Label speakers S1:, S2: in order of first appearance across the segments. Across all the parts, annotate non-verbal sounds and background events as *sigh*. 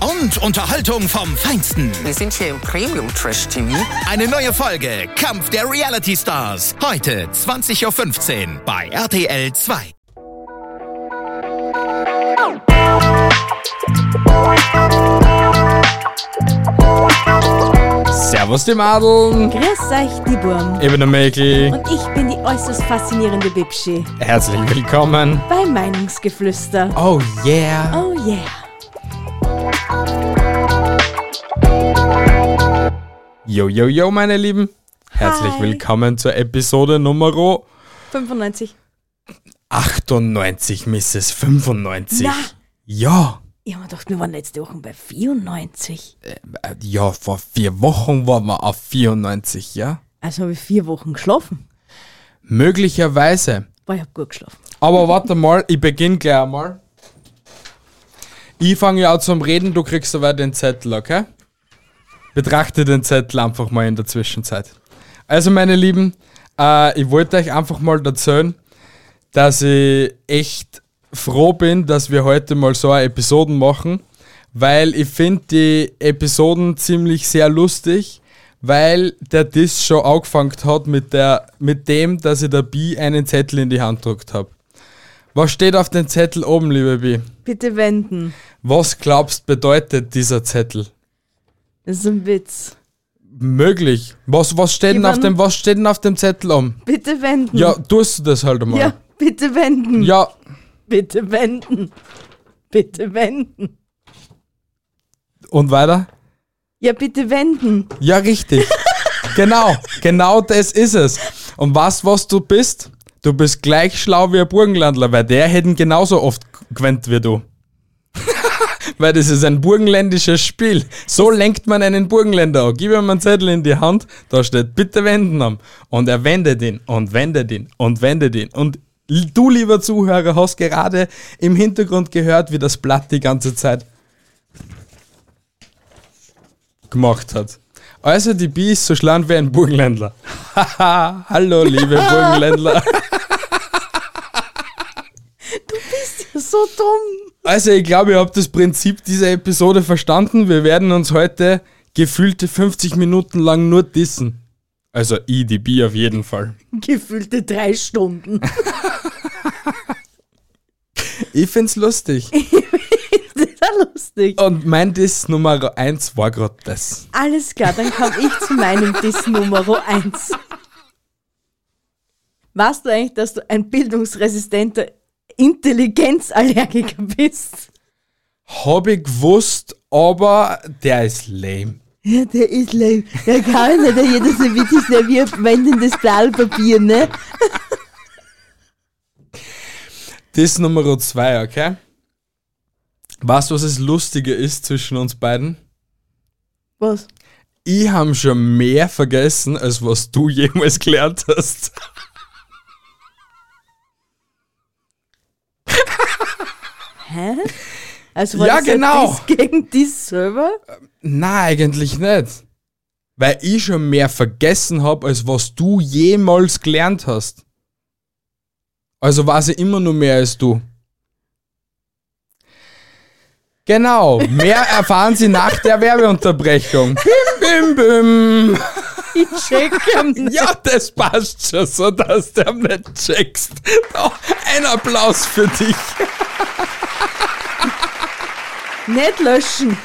S1: und Unterhaltung vom Feinsten.
S2: Wir sind hier im Premium Trash TV.
S1: Eine neue Folge Kampf der Reality Stars. Heute 20.15 Uhr bei RTL 2.
S3: Servus die Madeln,
S4: Grüß euch, die Burm.
S3: ich bin der Mäkel.
S4: Und ich bin die äußerst faszinierende Bibschi
S3: Herzlich willkommen.
S4: bei Meinungsgeflüster.
S3: Oh yeah.
S4: Oh yeah.
S3: Yo, yo, yo, meine Lieben. Herzlich
S4: Hi.
S3: willkommen zur Episode Nummer
S4: 95.
S3: 98, Mrs. 95.
S4: Na.
S3: Ja.
S4: Ich habe mir gedacht, wir waren letzte Woche bei 94.
S3: Äh, Ja, vor vier Wochen waren wir auf 94, ja?
S4: Also habe ich vier Wochen geschlafen.
S3: Möglicherweise.
S4: Aber ich habe gut geschlafen.
S3: Aber warte mal, ich beginne gleich einmal. Ich fange ja auch zum Reden, du kriegst aber den Zettel, okay? Betrachte den Zettel einfach mal in der Zwischenzeit. Also, meine Lieben, äh, ich wollte euch einfach mal erzählen, dass ich echt froh bin, dass wir heute mal so eine Episoden machen, weil ich finde die Episoden ziemlich sehr lustig, weil der Dis schon angefangen hat mit, der, mit dem, dass ich der Bi einen Zettel in die Hand gedruckt habe. Was steht auf dem Zettel oben, liebe Bi?
S4: Bitte wenden.
S3: Was glaubst bedeutet dieser Zettel?
S4: Das ist ein Witz.
S3: Möglich. Was, was, steht denn auf
S4: Jemand-
S3: dem, was steht denn auf dem Zettel um?
S4: Bitte wenden.
S3: Ja, tust du das halt einmal.
S4: Hm. Ja, bitte wenden.
S3: ja
S4: Bitte wenden. Bitte wenden.
S3: und weiter?
S4: Ja, bitte wenden.
S3: Ja, richtig. genau, genau das ist es. Und weißt was du bist? Du bist gleich schlau wie ein Burgenlandler, weil der hätten genauso oft gewendet wie du. *laughs* weil das ist ein burgenländisches Spiel. So lenkt man einen Burgenländer an. Gib ihm einen Zettel in die Hand, da steht bitte wenden am. Und er wendet ihn und wendet ihn und wendet ihn. Und du, lieber Zuhörer, hast gerade im Hintergrund gehört, wie das Blatt die ganze Zeit gemacht hat. Also die Bi ist so schlank wie ein Burgenländler. Haha, *laughs* hallo liebe Burgenländler.
S4: So dumm.
S3: Also ich glaube, ihr habt das Prinzip dieser Episode verstanden. Wir werden uns heute gefühlte 50 Minuten lang nur dissen. Also ich, die Bi auf jeden Fall.
S4: Gefühlte drei Stunden. *laughs*
S3: Ich find's lustig.
S4: Das ist ja lustig.
S3: Und mein Diss Nummer 1 war gerade das.
S4: Alles klar, dann komme ich zu meinem Diss Numero 1. Weißt du eigentlich, dass du ein bildungsresistenter Intelligenzallergiker bist?
S3: Hab ich gewusst, aber der ist lame.
S4: Ja, der ist leib. Der kann nicht, der jeder so witzig sein wie ein wendendes Blattpapier, ne?
S3: Diss Nummer 2, okay? Weißt du, was es lustiger ist zwischen uns beiden?
S4: Was?
S3: ich habe schon mehr vergessen, als was du jemals gelernt hast.
S4: Hä? Also war
S3: Ja,
S4: das ein
S3: genau.
S4: Diss gegen Diss selber?
S3: Na, eigentlich nicht. Weil ich schon mehr vergessen habe, als was du jemals gelernt hast. Also war sie immer nur mehr als du. Genau, mehr erfahren Sie nach der *laughs* Werbeunterbrechung. Bim, bim, bim.
S4: Ich check am
S3: *laughs*
S4: nicht.
S3: Ja, das passt schon, so dass du am nicht checkst. Doch, Ein Applaus für dich.
S4: nicht löschen.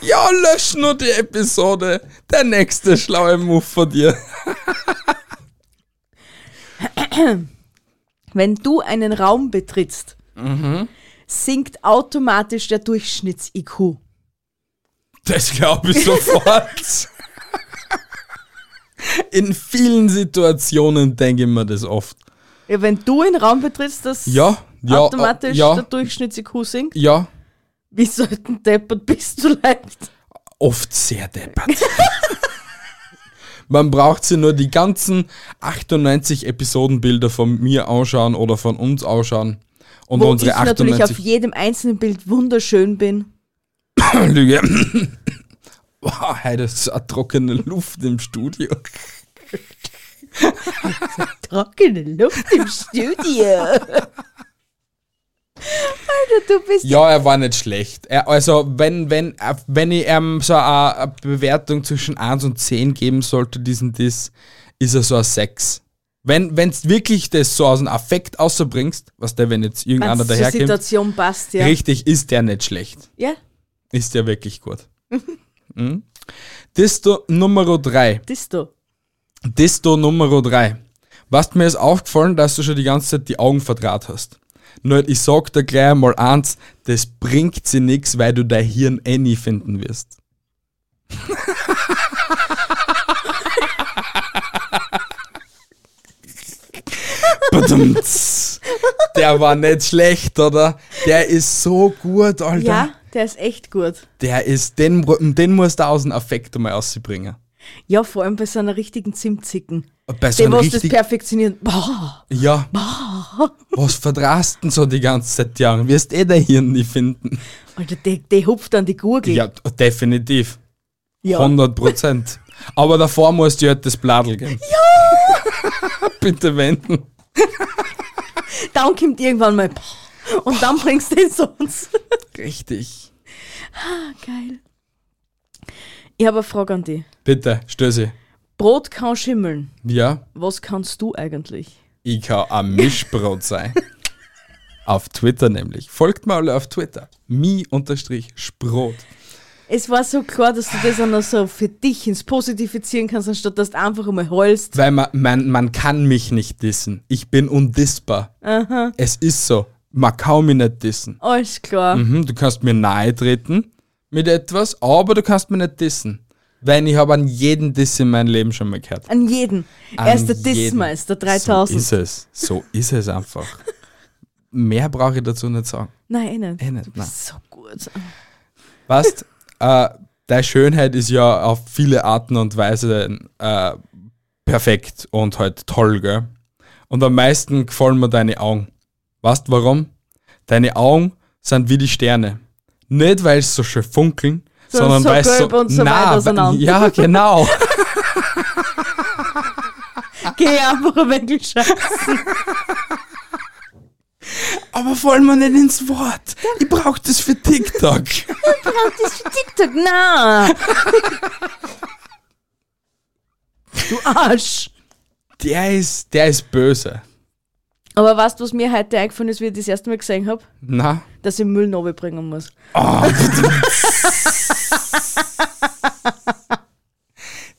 S3: Ja, lösch nur die Episode. Der nächste schlaue Move von dir.
S4: Wenn du einen Raum betrittst,
S3: Mhm.
S4: sinkt automatisch der Durchschnitts-IQ.
S3: Das glaube ich sofort. *laughs* In vielen Situationen denke ich mir das oft.
S4: Ja, wenn du in den Raum betrittst, dass
S3: Ja, ja,
S4: automatisch
S3: äh, ja.
S4: der Durchschnitts-IQ sinkt.
S3: Ja,
S4: Wie sollten deppert bist du leicht?
S3: Oft sehr *laughs* deppert. Man braucht sich nur die ganzen 98 Episodenbilder von mir anschauen oder von uns anschauen. Und
S4: Wo ich
S3: unsere
S4: natürlich auf
S3: 98
S4: jedem einzelnen Bild wunderschön bin.
S3: Lüge. *laughs* Wow, heute ist so eine trockene Luft im Studio.
S4: Trockene
S3: *laughs*
S4: Luft im Studio. Alter, du bist
S3: Ja, er war nicht schlecht. Er, also, wenn, wenn, äh, wenn ich ihm so eine eine Bewertung zwischen 1 und 10 geben sollte, diesen Diss, ist er so ein 6. Wenn es wirklich das so aus dem Affekt außerbringst, was der, wenn jetzt
S4: Wenn's
S3: irgendeiner
S4: zur
S3: daherkommt,
S4: Situation passt, ja.
S3: richtig, ist der nicht schlecht.
S4: Ja,
S3: Ist der wirklich gut. *laughs* mhm. Disto Nummer 3.
S4: Disto.
S3: Disto Nummer 3. Was mir ist aufgefallen, dass du schon die ganze Zeit die Augen verdraht hast. Nur ich sag dir gleich einmal eins, das bringt sie nix, weil du dein Hirn eh nie finden wirst. Badumts. Der war nicht schlecht, oder? Der ist so gut, Alter.
S4: Ja, der ist echt gut.
S3: Der ist, den, den musst du aus dem Affekt einmal rausbringen.
S4: Ja, vor allem bei so einer richtigen Zimtzicken.
S3: Bei so
S4: Dem,
S3: einem
S4: was das
S3: richtig-
S4: perfektioniert. Boah,
S3: Ja. Was verdrast denn so die ganze Zeit, Jahren? Wirst eh dein Hirn nie finden.
S4: Alter, der, der hupft an die Gurgel.
S3: Ja, definitiv.
S4: Ja.
S3: 100 Prozent. Aber davor musst du halt das Bladel geben. Ja! *laughs* Bitte wenden.
S4: Dann kommt irgendwann mal Boah, und dann bringst du den sonst.
S3: *laughs* Richtig.
S4: Geil. Ich habe eine Frage an dich.
S3: Bitte, stöße.
S4: Brot kann schimmeln.
S3: Ja,
S4: Was kannst du eigentlich?
S3: ich kann ein Mischbrot sein. auf Twitter nämlich. Folgt mal alle auf Twitter. Mi-sprot.
S4: Es war so klar, dass du das auch noch so für dich ins Positive ziehen kannst, anstatt dass du einfach einmal heulst.
S3: Weil man, man, man kann mich nicht dissen. Ich bin undissbar. Es ist so. Man kann mich nicht dissen.
S4: Alles klar.
S3: Mhm, du kannst mir nahe treten mit etwas, aber du kannst mir nicht dissen. Weil ich habe an jeden Diss in meinem Leben schon mal gehört.
S4: An jeden.
S3: An
S4: er ist der
S3: jeden.
S4: Dissmeister 3000.
S3: So ist es. So ist es einfach. Mehr brauche ich dazu nicht sagen.
S4: Nein, eh nicht.
S3: Eh nicht,
S4: du bist
S3: nein.
S4: so gut.
S3: Weißt, *laughs* äh, deine Schönheit ist ja auf viele Arten und Weisen äh, perfekt und halt toll, gell? Und am meisten gefallen mir deine Augen. Weißt warum? Deine Augen sind wie die Sterne. Nicht, weil sie so schön funkeln, sondern
S4: Sondern so
S3: weil sie so...
S4: gelb und so weit
S3: Nein,
S4: auseinander.
S3: Ja,
S4: *laughs*
S3: genau.
S4: Geh einfach ein wenig
S3: *laughs*
S4: scheißen.
S3: Aber fallen wir nicht ins Wort. Ich brauche das für
S4: *laughs*
S3: TikTok.
S4: Das ist TikTok, na!
S3: *laughs*
S4: Du Arsch!
S3: Der ist, der ist böse.
S4: Aber weißt du, was mir heute eingefallen ist, wie ich das erste Mal gesehen habe?
S3: Na?
S4: Dass ich Müll noch bringen muss.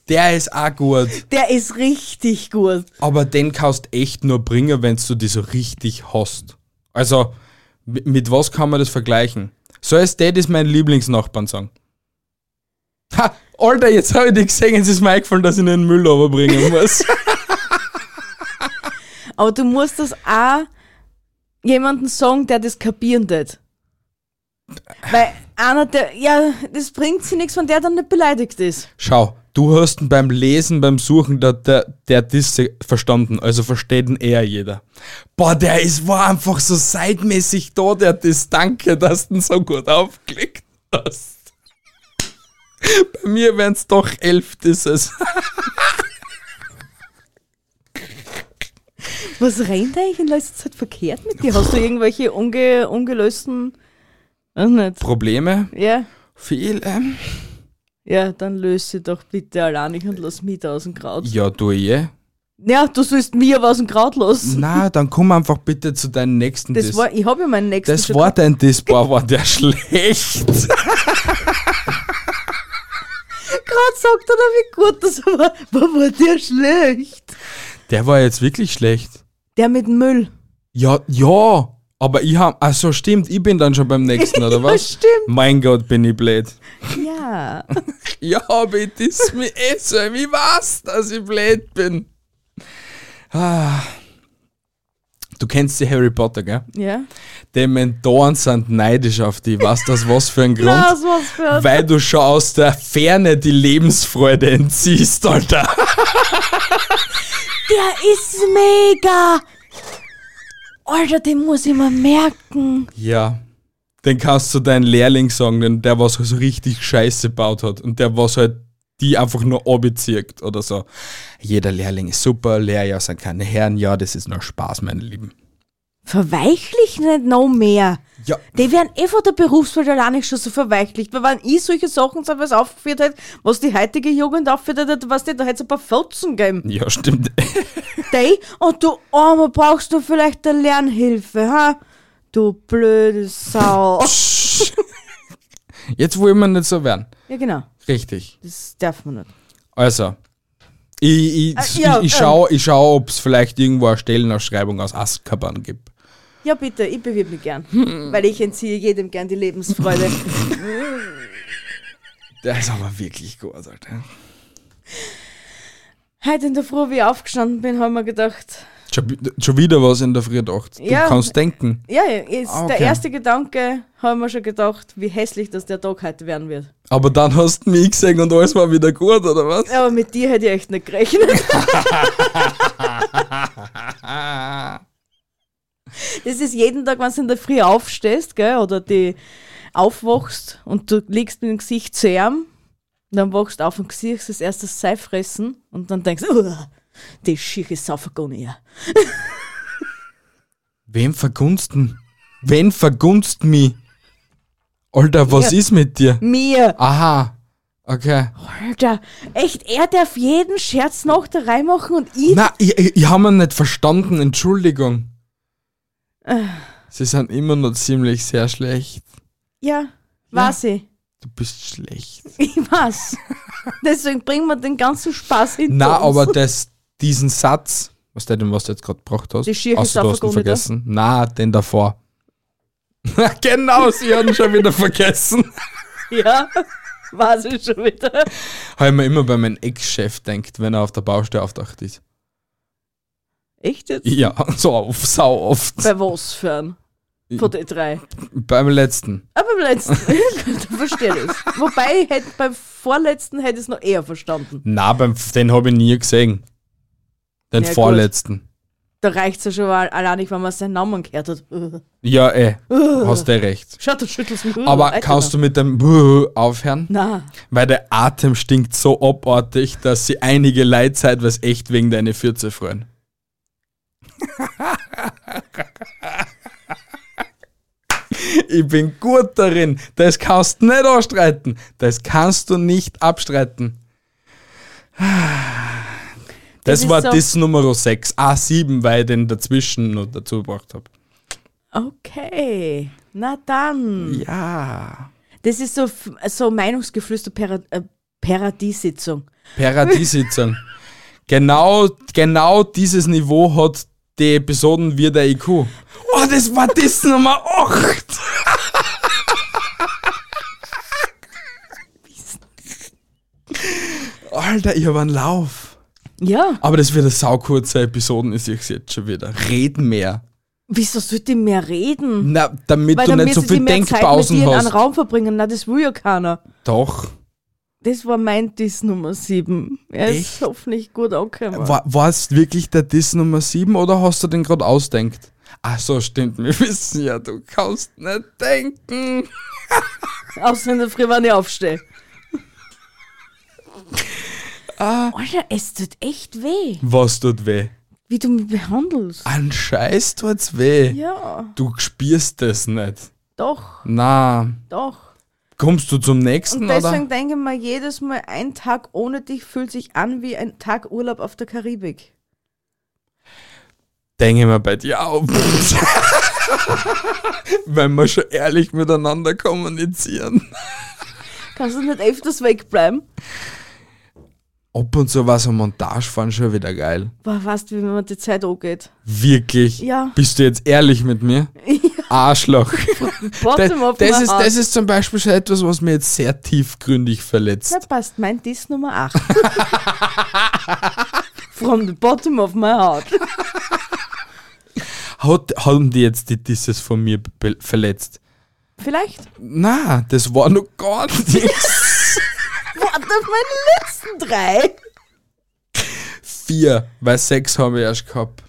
S3: Der ist auch gut.
S4: Der ist richtig gut.
S3: Aber den kannst echt nur bringen, wenn du die so richtig hast. Also, mi- mit was kann man das vergleichen? So als Dad ist mein Lieblingsnachbarn sagen. Ha, Alter, jetzt habe ich dich gesehen, jetzt ist mir eingefallen, dass ich einen Müll überbringen muss.
S4: Aber du musst das auch jemanden sagen, der das kapieren tät. Weil einer, der, ja, das bringt sie nichts, wenn der dann nicht beleidigt ist.
S3: Schau, du hast ihn beim Lesen, beim Suchen der, der, der Disse verstanden, also versteht ihn eher jeder. Boah, der ist, war einfach so seitmäßig da, der Diss. Danke, dass du ihn so gut aufgelegt hast. Bei mir wären es doch elf Disses.
S4: Was rennt eigentlich in letzter Zeit verkehrt mit dir? Hast du irgendwelche unge, ungelösten. Weiß nicht.
S3: Probleme? ähm?
S4: Ja,
S3: Viele?
S4: ja, dann löse sie doch bitte alleinig und lass mich da aus dem Kraut.
S3: Ja, du je.
S4: Ja, du sollst mir aber aus dem Kraut lassen.
S3: Na, dann komm einfach bitte zu deinem nächsten
S4: Das
S3: Diss.
S4: war, ich habe ja meinen nächsten
S3: das
S4: schon
S3: war dein Diss, boah, war der *laughs* schlecht.
S4: gerade sagt er, wie gut das war. War, war der schlecht?
S3: Der war jetzt wirklich schlecht.
S4: Der mit dem Müll.
S3: Ja, ja, aber ich hab, ach so stimmt, ich bin dann schon beim nächsten, *laughs* oder was?
S4: stimmt.
S3: Mein Gott, bin ich blöd.
S4: Ja.
S3: Ja, aber ich diss mich eh so, wie war's, dass ich blöd bin? Ah. Du kennst die Harry Potter, gell?
S4: *laughs* Ja.
S3: Die Mentoren sind neidisch auf die. Was das was für *laughs* ein Grund?
S4: Na, was was für ein-
S3: Weil du schon aus der Ferne die Lebensfreude entziehst, Alter.
S4: Der ist mega! Alter, den muss ich mir merken.
S3: Ja. Den kannst du deinen Lehrling sagen, denn der was so richtig scheiße gebaut hat und der was halt die einfach nur abzieht oder so. Jeder Lehrling ist super, Lehrjahr sind keine Herren, ja, das ist nur Spaß, meine Lieben.
S4: Verweichlich nicht noch mehr.
S3: Ja.
S4: Die werden eh von der Berufswelt alleine schon so verweichlicht. Weil wenn ich solche Sachen so was aufgeführt hätte, was die heutige Jugend aufgeführt hat, was die, da hätte es ein paar Fotzen gegeben.
S3: Ja, stimmt. *laughs*
S4: Die, und du Armer, brauchst du vielleicht eine Lernhilfe, ha? Du blöde Sau.
S3: Jetzt will man nicht so werden.
S4: ja, genau.
S3: Richtig.
S4: Das darf man nicht.
S3: Also, ich, ich, ich,
S4: ja,
S3: ich
S4: ähm.
S3: schaue, ich schau, ob es vielleicht irgendwo eine Stellenausschreibung aus Azkaban gibt.
S4: Ja, bitte, ich bewirb
S3: *laughs*
S4: mich gern. Weil ich entziehe jedem gern die Lebensfreude.
S3: Der ist aber wirklich gut, Alter.
S4: Heute in der Früh, wie ich aufgestanden bin, haben wir gedacht,
S3: Schon, wi- schon wieder was in der Früh gedacht. Du
S4: Ja.
S3: kannst denken.
S4: ja, ist
S3: Ah,
S4: der
S3: okay.
S4: erste Gedanke, haben wir schon gedacht, wie hässlich das der Tag heute werden wird.
S3: Aber dann hast du mich gesehen und alles war wieder gut, oder was?
S4: Aber mit dir hätte ich echt
S3: *laughs*
S4: nicht gerechnet. das ist jeden Tag, wenn du in der Früh aufstehst, gell, oder die aufwachst und du liegst mit dem Gesicht zuerm, dann wachst du auf und siehst das erste Sei fressen und dann denkst du, "Uah, die schicke Saufagonia.
S3: Wem vergunsten? Wen vergunst mich? Alter, was
S4: Ja.
S3: ist mit dir?
S4: Mir!
S3: Aha. Okay.
S4: Alter, echt, er darf jeden Scherz noch da reinmachen und ich.
S3: Na, ich, ich, ich habe ihn nicht verstanden, Entschuldigung. Sie sind immer noch ziemlich sehr schlecht.
S4: Ja, weiß ich.
S3: Du bist schlecht.
S4: Ich
S3: *laughs*
S4: weiß. Deswegen bringen wir den ganzen Spaß hinter
S3: Na,
S4: uns.
S3: aber das, diesen Satz, was der denn, was du jetzt gerade gebracht hast,
S4: Die Schirche
S3: außer du
S4: ist
S3: hast ihn
S4: aufgegangen,
S3: vergessen. Na, den davor. *laughs* genau, sie haben ihn schon wieder vergessen.
S4: *laughs* Ja, weiß ich schon wieder.
S3: Habe ich mir immer bei meinem Ex-Chef denkt, wenn er auf der Baustelle auftaucht ist.
S4: Echt jetzt?
S3: Ja, *laughs* so auf, sau oft.
S4: Bei was für ein? Von den drei.
S3: Beim letzten.
S4: Aber beim
S3: *laughs*
S4: letzten, *laughs* da verstehe ich Wobei, ich hätte, beim vorletzten hätte ich es noch eher verstanden.
S3: Na, beim, den habe ich nie gesehen. Den
S4: Ja, gut.
S3: vorletzten.
S4: Da reicht es ja schon mal allein nicht, wenn man seinen Namen gehört hat. Äh,
S3: Ja, eh. Hast du recht.
S4: Schaut, du schüttelst mich.
S3: Aber kannst du mit dem *laughs* Buh aufhören?
S4: Na,
S3: Weil der Atem stinkt so abartig, dass sie einige Leute zeitweise echt wegen deiner Fürze
S4: *laughs*
S3: freuen. ich bin gut darin. Das kannst du nicht abstreiten. Das kannst du nicht abstreiten. Das,
S4: Das ist
S3: war
S4: so-
S3: das Nummer 6. A7, weil ich den dazwischen noch dazu gebracht habe.
S4: okay. Na dann.
S3: Ja.
S4: Das ist so, f- so Meinungsgeflüster Para- äh, Paradiesitzung.
S3: Paradiesitzung. *laughs* genau, genau dieses Niveau hat die Episoden wie der IQ. Oh, das war das Nummer 8. Alter, ich hab einen Lauf.
S4: Ja.
S3: Aber das wird eine saukurze Episoden, ist ich jetzt schon wieder. Reden mehr.
S4: Wieso sollte ich mehr reden?
S3: Na, damit
S4: Weil
S3: du
S4: dann
S3: nicht so
S4: müsste ich
S3: viel
S4: mehr Zeit mit
S3: Denkpausen
S4: dir in einen
S3: hast.
S4: Raum verbringen. Na, das will ja keiner.
S3: Doch.
S4: Das war mein Diss Nummer 7. Er ist
S3: Echt?
S4: hoffentlich gut angekommen.
S3: War war's wirklich der Diss Nummer 7 oder hast du den gerade ausdenkt? Ach so, stimmt. *laughs* Wir wissen ja, du kannst nicht denken.
S4: Außer in der Früh, wenn
S3: *laughs*
S4: ich aufstehe.
S3: Ah.
S4: Alter, es tut echt weh,
S3: Was tut weh?
S4: wie du mich behandelst.
S3: An Scheiß tut's weh.
S4: Ja,
S3: Du spürst das nicht.
S4: doch,
S3: Na,
S4: doch.
S3: kommst du zum
S4: Und
S3: nächsten oder?
S4: deswegen denke ich mir, jedes Mal ein Tag ohne dich fühlt sich an wie ein Tag Urlaub auf der Karibik.
S3: Denke mal bei dir auf. *laughs* Wenn wir schon ehrlich miteinander kommunizieren.
S4: Kannst du nicht öfters wegbleiben?
S3: Ab und zu war so ein Montagefahren schon wieder geil.
S4: Boah, weißt du, wie mir die Zeit angeht?
S3: Wirklich?
S4: Ja.
S3: Bist du jetzt ehrlich mit
S4: *laughs*
S3: mir? Arschloch. Das,
S4: Bottom up,
S3: das,
S4: my
S3: ist,
S4: heart.
S3: das ist zum Beispiel schon etwas, was mir jetzt sehr tiefgründig verletzt.
S4: Da passt mein Diss Nummer *laughs* 8. From the bottom of my heart.
S3: Hat, haben die jetzt die Disses von mir be- verletzt?
S4: Vielleicht
S3: Na, das war noch gar *laughs* nichts.
S4: warte auf meine letzten drei.
S3: Vier, weil sechs habe ich erst gehabt.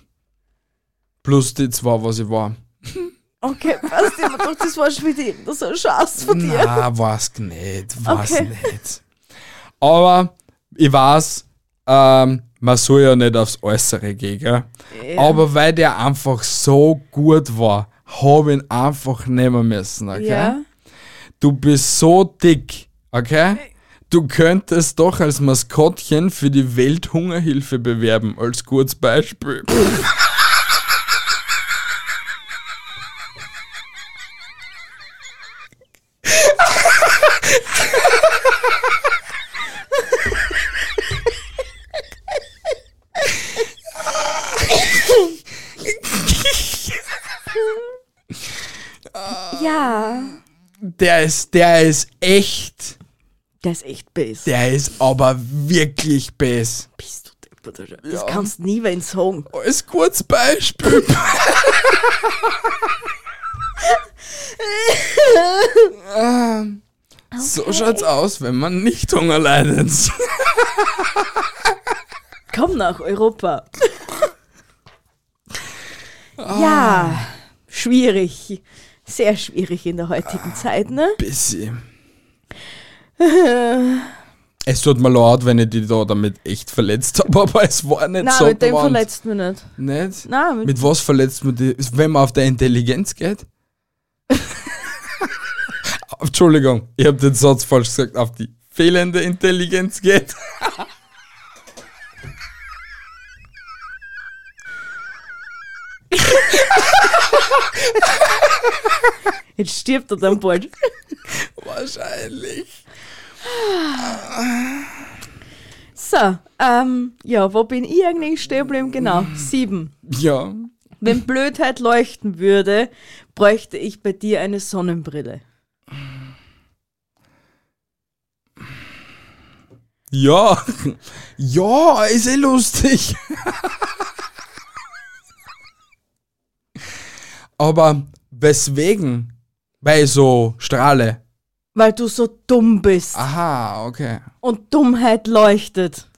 S3: Plus die zwei, was ich war.
S4: Okay, passt. Ich hab mir gedacht, das war schon wieder irgendein so ein Schatz von dir.
S3: Na, weiß nicht, weiß
S4: Okay.
S3: nicht. Aber ich weiß, ähm, man soll ja nicht aufs Äußere gehen, gell? Aber weil der einfach so gut war, habe ich ihn einfach nehmen müssen, okay?
S4: Ja.
S3: Du bist so dick, okay? Du könntest doch als Maskottchen für die Welthungerhilfe bewerben, als gutes Beispiel.
S4: Ja.
S3: Der ist, der ist echt,
S4: Der ist echt best.
S3: der ist aber wirklich best.
S4: Bist du deppert, Alter. Das kannst nie wen sagen.
S3: Als gutes Beispiel. Ähm, So schaut's aus, wenn man nicht Hunger leidet.
S4: Komm nach Europa.
S3: Ah.
S4: Ja, schwierig. Sehr schwierig in der
S3: Ah.
S4: heutigen Zeit, ne? *laughs*
S3: Bissi. Es tut mir leid, wenn ich die da damit echt verletzt habe, aber es war nicht
S4: Nein,
S3: so
S4: mit dem
S3: gemeint.
S4: verletzt mich nicht.
S3: Nicht?
S4: Nein, mit-
S3: mit, was verletzt man die? Wenn man auf der Intelligenz geht? Entschuldigung, ich habe den Satz falsch gesagt. Auf die fehlende Intelligenz geht. *laughs*
S4: Jetzt stirbt er dann bald.
S3: *laughs* Wahrscheinlich.
S4: So, ähm, ja, wo bin ich eigentlich stehen geblieben? Genau, sieben.
S3: Ja.
S4: Wenn Blödheit leuchten würde, bräuchte ich bei dir eine Sonnenbrille.
S3: Ja. *laughs* Ja, ist eh lustig. *laughs* Aber weswegen? Weil ich so strahle.
S4: Weil du so dumm bist
S3: Ah. Aha, okay.
S4: und Dummheit leuchtet.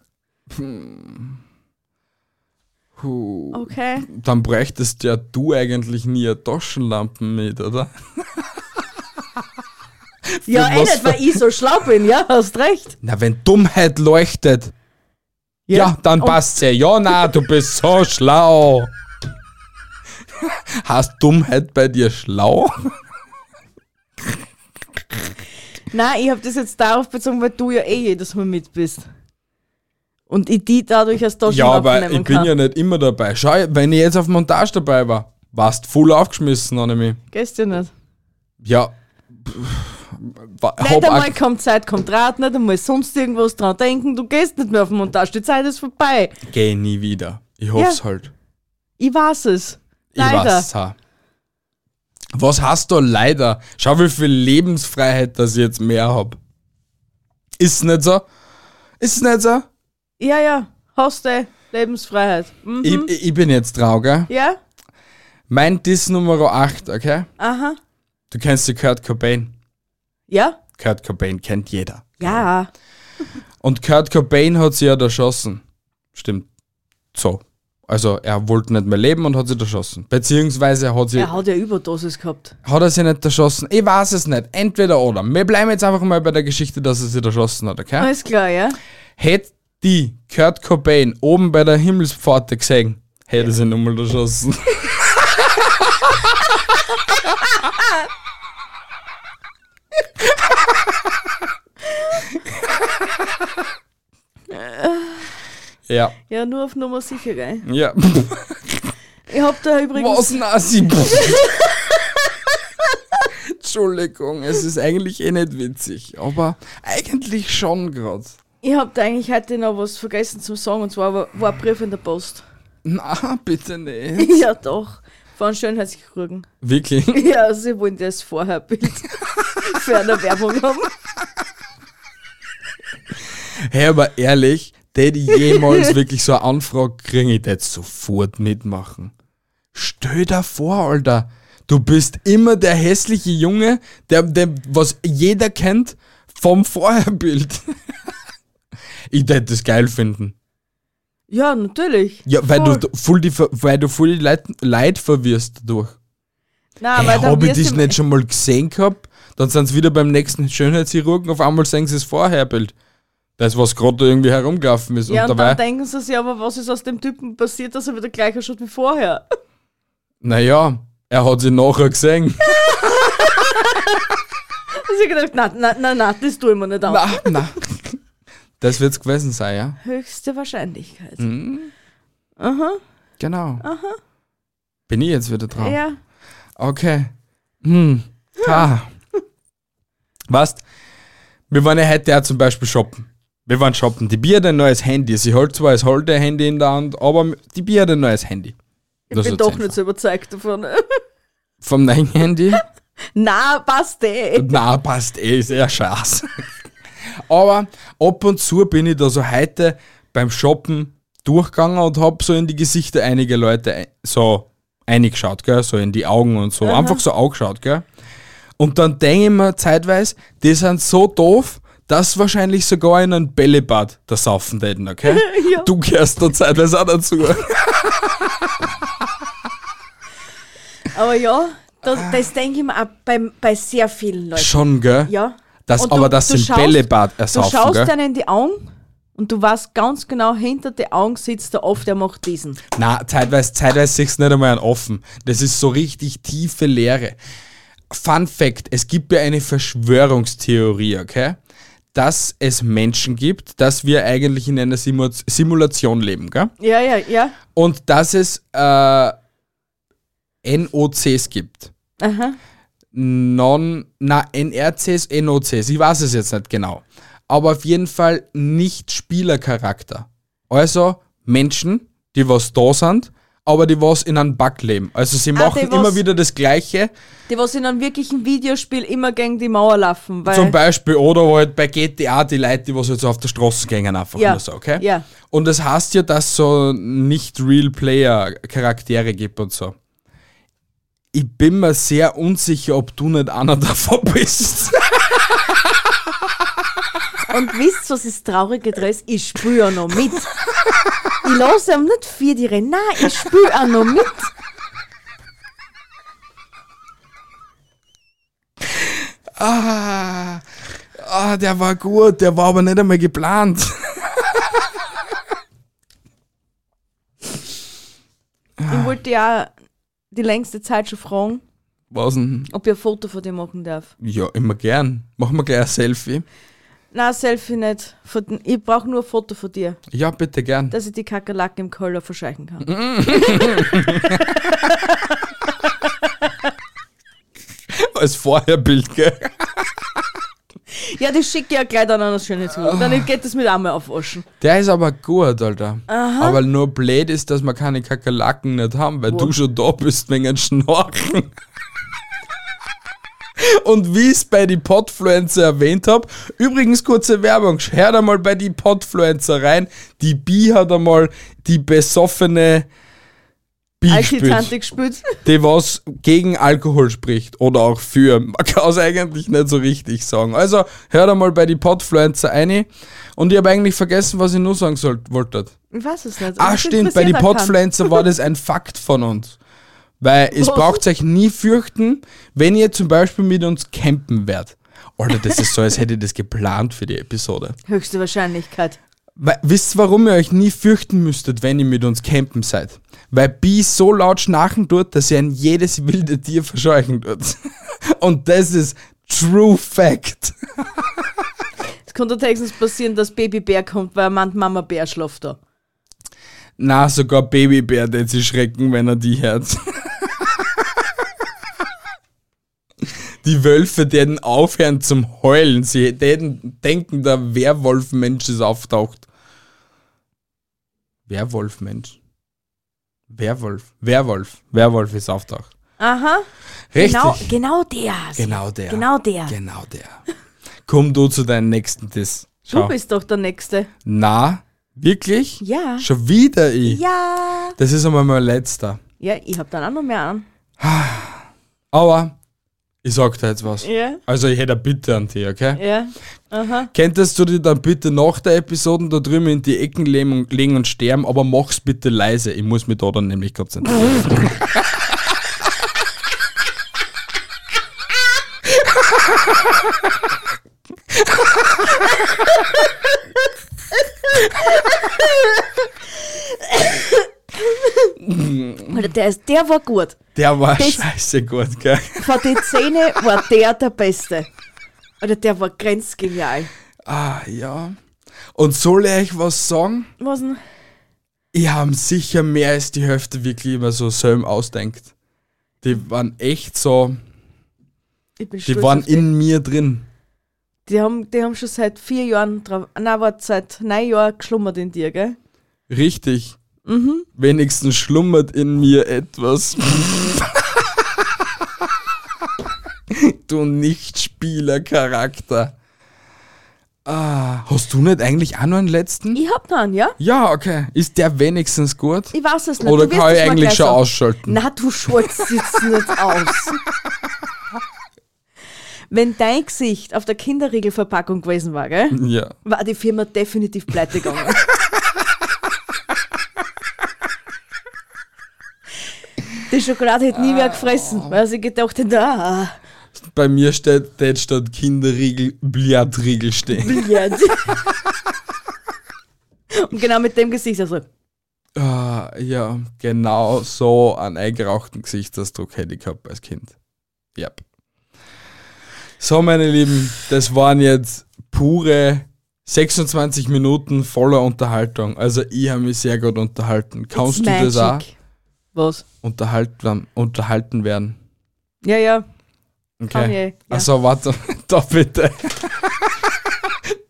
S3: Puh.
S4: Okay.
S3: Dann bräuchtest ja du eigentlich nie eine Taschenlampe mit, oder?
S4: Ja, eh
S3: was
S4: nicht, weil ich so schlau bin, ja, hast recht.
S3: Na, wenn Dummheit leuchtet, ja, dann
S4: Und-
S3: passt's ja. Ja, na, du bist so schlau. Hast Dummheit bei dir schlau?
S4: Nein, ich habe das jetzt darauf bezogen, weil du ja eh jedes Mal mit bist. Und ich die dadurch als
S3: Ja,
S4: Taschenlampe
S3: aber
S4: nehmen
S3: ich bin
S4: kann.
S3: ja nicht immer dabei. Schau, wenn ich jetzt auf Montage dabei war, warst voll aufgeschmissen, an mich.
S4: Gehst du nicht?
S3: Ja. pff, wa-
S4: Nicht
S3: Hab
S4: einmal
S3: auch,
S4: kommt Zeit, kommt Rat, nicht einmal sonst irgendwas dran denken, du gehst nicht mehr auf den Montage, die Zeit ist vorbei.
S3: geh nie wieder. Ich hoff's
S4: Ja.
S3: halt.
S4: Ich weiß es.
S3: Ich weiß auch. Was hast du leider? Schau, wie viel Lebensfreiheit, dass ich jetzt mehr hab. Ist nicht so? Ist nicht so?
S4: Ja, ja, hast du Lebensfreiheit. Hm?
S3: Ich, ich- ich bin jetzt traurig. gell?
S4: Ja?
S3: Mein Diss Nummer 8, okay?
S4: Aha.
S3: Du kennst die Kurt Cobain.
S4: Ja?
S3: Kurt Cobain kennt jeder.
S4: Ja.
S3: Und Kurt Cobain hat sie ja erschossen. Stimmt. So. Also er wollte nicht mehr leben und hat sie erschossen. Beziehungsweise hat sie.
S4: Er hat ja Überdosis gehabt.
S3: Hat er sie nicht erschossen? Ich weiß es nicht. Entweder oder. Wir bleiben jetzt einfach mal bei der Geschichte, dass er sie erschossen hat, okay?
S4: Alles klar, ja?
S3: Hätte die Kurt Cobain oben bei der Himmelspforte gesehen, hätte sie nochmal erschossen. ja,
S4: Ja, nur auf Nummer sicher, gell?
S3: ja.
S4: Ich hab da übrigens.
S3: Was Nazi? Entschuldigung, es ist eigentlich eh nicht witzig, aber eigentlich schon gerade.
S4: Ich hab da eigentlich heute noch was vergessen zum Sagen und zwar war, war ein Brief in der Post. *laughs*
S3: Na, bitte nicht.
S4: ja, doch. Von Schönheitskrügen.
S3: Wirklich?
S4: *laughs* Ja, sie wollen das Vorherbild *laughs* für eine Werbung haben.
S3: Hey, aber
S4: *laughs*
S3: ehrlich, der die jemals wirklich so eine Anfrage kriegen, ich würde sofort mitmachen. Stell dir vor, Alter, du bist immer der hässliche Junge, der, der was jeder kennt vom Vorherbild. *laughs* ich würde das geil finden.
S4: Ja, natürlich.
S3: Ja, weil
S4: Voll.
S3: du voll die, Ver- weil du voll die Leid, Leid verwirrst dadurch.
S4: Nein,
S3: Hey,
S4: weil dann
S3: hab ich
S4: wirst
S3: das
S4: du-
S3: nicht schon mal gesehen gehabt? Dann sind sie wieder beim nächsten Schönheitschirurgen, auf einmal sehen sie das Vorherbild. Das, was gerade da irgendwie herumgelaufen ist.
S4: Ja, und
S3: und dabei,
S4: dann denken sie sich, aber was ist aus dem Typen passiert, dass er wieder gleich ausschaut wie vorher? *laughs*
S3: naja, er hat sie nachher
S4: *laughs*
S3: gesehen.
S4: Also ich hab gedacht, na, na, na, na, das tue ich mir nicht an.
S3: na, na. Das wird's gewesen sein, ja?
S4: Höchste Wahrscheinlichkeit.
S3: Genau. Bin ich jetzt wieder dran?
S4: Ja.
S3: Okay. Hm. Ha.
S4: *laughs*
S3: Weißt, wir waren ja heute auch zum Beispiel shoppen. Wir waren shoppen. Die Bier hat ein neues Handy. Sie holt zwar das holde Handy in der Hand, aber die Bier hat ein neues Handy.
S4: Ich bin
S3: eh
S4: doch nicht so überzeugt davon. *laughs*
S3: Vom neuen Handy?
S4: Na, passt eh.
S3: Na, passt eh, ist eher Scheiß. *laughs* Aber ab und zu bin ich da so heute beim Shoppen durchgegangen und hab so in die Gesichter einige Leute ein- so eingeschaut, gell? So in die Augen und so. Einfach so angeschaut, gell? Und dann denke ich mir zeitweise, die sind so doof, dass wahrscheinlich sogar in einem Bällebad das Saufen täten, okay?
S4: Ja.
S3: Du gehörst da zeitweise auch dazu.
S4: Aber ja, das,
S3: Ah.
S4: das denke ich mir auch bei, bei sehr vielen Leuten.
S3: Schon, gell?
S4: Ja.
S3: Das,
S4: Und
S3: aber das sind
S4: schaust-
S3: Bällebad
S4: Du
S3: ersaufen,
S4: schaust
S3: gell?
S4: denen in die Augen und du weißt ganz genau, hinter die Augen sitzt der oft, der macht diesen.
S3: Na, zeitweise, zeitweise siehst du nicht einmal einen offen. Das ist so richtig tiefe Leere. Fun Fact: Es gibt ja eine Verschwörungstheorie, okay? Dass es Menschen gibt, dass wir eigentlich in einer Simu Simulation leben, gell?
S4: Ja, ja, ja.
S3: Und dass es äh, NOCs gibt.
S4: Aha.
S3: Non, na, NRCs, NOCs, ich weiß es jetzt nicht genau. Aber auf jeden Fall nicht Spielercharakter. Also Menschen, die was da sind, aber die was in einem Bug leben. Also sie machen
S4: Ah, die
S3: immer
S4: was-
S3: wieder das Gleiche.
S4: Die, was in einem wirklichen Videospiel immer gegen die Mauer laufen, weil.
S3: Zum Beispiel, oder halt bei GTA die Leute, die was jetzt auf der Straße gängen, einfach
S4: Ja.
S3: nur so, okay?
S4: Ja.
S3: Und das heißt ja, dass so nicht Real Player Charaktere gibt und so. Ich bin mir sehr unsicher, ob du nicht einer *laughs* davon bist.
S4: Und wisst, was das Traurige dran ist? Ich spüre ja noch mit. Ich lasse ihm nicht vier die Rennen. Nein, ich spüre auch noch mit.
S3: Ah, ah, der war gut, der war aber nicht einmal geplant.
S4: Ich wollte ja die längste Zeit schon fragen,
S3: Was denn?
S4: ob ich ein Foto von dir machen darf.
S3: Ja, immer gern. Machen wir gleich ein Selfie.
S4: Nein, Selfie nicht. Von den- Ich brauche nur ein Foto von dir,
S3: Ja, bitte gern.
S4: dass ich die Kakerlaken im Keller verscheuchen kann.
S3: Als Vorherbild, gell?
S4: Ja, das schicke ich ja gleich dann an das schöne
S3: Ah.
S4: Zimmer. Dann geht das mit einmal aufwaschen.
S3: Der ist aber gut, Alter. Aber nur blöd ist, dass wir keine Kakerlaken nicht haben, weil du schon da bist wegen einem Schnorchen. *laughs* Und wie ich es bei die Podfluencer erwähnt habe, übrigens kurze Werbung, hört einmal bei die Podfluencer rein. Die Bi hat einmal die besoffene Bi
S4: Als die
S3: gespielt
S4: Tante gespielt.
S3: die was gegen Alkohol spricht oder auch für. Man kann es eigentlich nicht so richtig sagen. Also hört einmal bei die Podfluencer ein. Und ich habe eigentlich vergessen, was ich nur sagen sollt, wollte.
S4: Ich weiß es nicht.
S3: Ah,
S4: Das
S3: stimmt, bei die
S4: interessiert auch keinen.
S3: Podfluencer war das ein Fakt von uns.
S4: *laughs*
S3: Weil es
S4: Was?
S3: braucht euch nie fürchten, wenn ihr zum Beispiel mit uns campen werdet. Alter, das ist so, als hätte ich das geplant für die Episode.
S4: Höchste Wahrscheinlichkeit.
S3: Weil, wisst ihr, warum ihr euch nie fürchten müsstet, wenn ihr mit uns campen seid? Weil Bi so laut schnarchen tut, dass ihr ein jedes wilde Tier verscheuchen tut. *laughs* Und das ist True Fact.
S4: Es konnte höchstens passieren, dass Babybär kommt, weil er meint, Mama Bär schläft da.
S3: Na, sogar Babybär, der sie schrecken, wenn er die hört. Die Wölfe täten aufhören zum Heulen. Sie täten denken, der Werwolfmensch ist auftaucht. Werwolfmensch. Werwolf. Werwolf. Werwolf ist auftaucht.
S4: Aha,
S3: Richtig.
S4: genau, genau der.
S3: Genau der.
S4: Genau der.
S3: Genau der. Komm du zu deinem nächsten Diss.
S4: Du
S3: Schau.
S4: bist doch der Nächste.
S3: Na, wirklich?
S4: Ja.
S3: Schon wieder ich.
S4: Ja.
S3: Das ist einmal mein letzter.
S4: Ja, ich hab dann auch noch mehr an.
S3: Aber ich sag da jetzt was.
S4: Ja.
S3: Also ich hätte eine Bitte an dich, okay?
S4: Ja.
S3: Könntest du dir dann bitte nach der Episode da drüben in die Ecken legen und, legen und sterben, aber mach's bitte leise. Ich muss mich da dann nämlich
S4: *laughs*
S3: konzentrieren.
S4: Alter, der, ist, der war gut.
S3: Der war
S4: Das-
S3: scheiße gut, gell?
S4: Von den Zähne war der der Beste. Alter, der war grenzgenial.
S3: Ah, ja. Und soll ich euch was sagen?
S4: Was denn?
S3: Ich habe sicher mehr als die Hälfte wirklich immer so selber ausdenkt. Die waren echt so,
S4: Ich bin
S3: die
S4: stolz
S3: waren
S4: auf dich.
S3: in mir drin.
S4: Die haben, die haben schon seit vier Jahren drauf. Nein, warte, seit neun Jahren geschlummert in dir, gell?
S3: Richtig. Mhm. Wenigstens schlummert in mir *laughs* etwas. du Nichtspielercharakter. Ah, hast du nicht eigentlich auch noch einen letzten?
S4: Ich hab noch einen, ja?
S3: Ja, okay. Ist der wenigstens gut?
S4: Ich weiß es nicht.
S3: Oder
S4: Du wirst
S3: kann
S4: es
S3: ich
S4: mal
S3: eigentlich
S4: gleich
S3: schon
S4: sagen.
S3: ausschalten?
S4: Na, du schaltest jetzt nicht aus. Wenn dein Gesicht auf der Kinderriegelverpackung gewesen war, gell,
S3: Ja.
S4: war die Firma definitiv pleite gegangen. Die Schokolade hätte nie mehr gefressen, weil sie gedacht hätte, ah,
S3: Bei mir steht, steht statt Kinderriegel Billardriegel stehen.
S4: Billard. Und genau mit dem Gesicht, also,
S3: Ah, ja, genau so einen eingerauchten Gesichtsausdruck hätte ich gehabt als Kind. Ja. So, meine Lieben, das waren jetzt pure 26 Minuten voller Unterhaltung. Also, ich habe mich sehr gut unterhalten. Kannst
S4: it's
S3: du das auch
S4: magic. Was?
S3: unterhalten, unterhalten werden?
S4: Ja, ja, Kann ich, ja.
S3: Also, warte, *laughs* da bitte.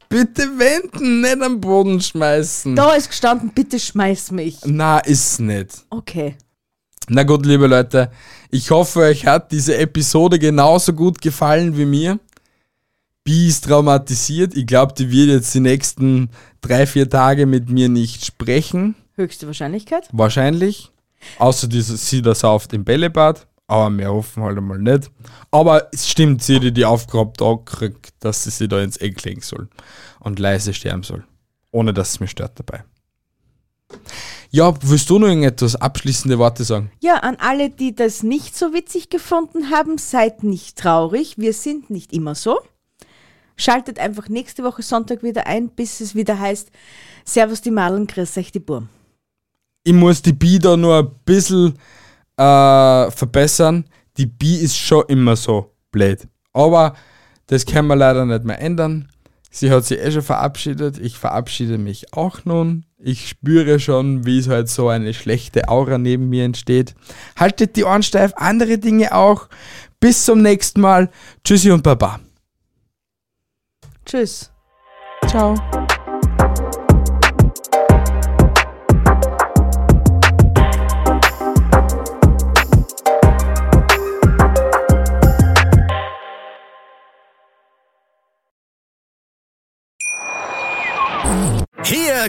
S3: bitte wenden, nicht am Boden schmeißen.
S4: da ist gestanden, bitte schmeiß mich.
S3: Na, ist nicht.
S4: Okay.
S3: Na gut, liebe Leute, ich hoffe, euch hat diese Episode genauso gut gefallen wie mir. Bi ist traumatisiert. Ich glaube, die wird jetzt die nächsten drei, vier Tage mit mir nicht sprechen.
S4: Höchste Wahrscheinlichkeit?
S3: Wahrscheinlich. Außer diese, sie das auf dem Bällebad. Aber wir hoffen halt einmal nicht. Aber es stimmt, sie die die Aufgabe da kriegt, dass sie sie da ins Eck legen soll. Und leise sterben soll. Ohne dass es mich stört dabei. Ja, willst du noch irgendetwas abschließende Worte sagen?
S4: Ja, an alle, die das nicht so witzig gefunden haben, seid nicht traurig. Wir sind nicht immer so. Schaltet einfach nächste Woche Sonntag wieder ein, bis es wieder heißt, Servus die Madeln, grüß euch die Burm.
S3: ich muss die Bi da nur ein bisschen äh, verbessern. Die Bi ist schon immer so blöd. Aber das können wir leider nicht mehr ändern. Sie hat sich eh schon verabschiedet. Ich verabschiede mich auch nun. Ich spüre schon, wie es halt so eine schlechte Aura neben mir entsteht. Haltet die Ohren steif, andere Dinge auch. Bis zum nächsten Mal. Tschüssi und Baba.
S4: Tschüss.
S3: Ciao.
S1: Hier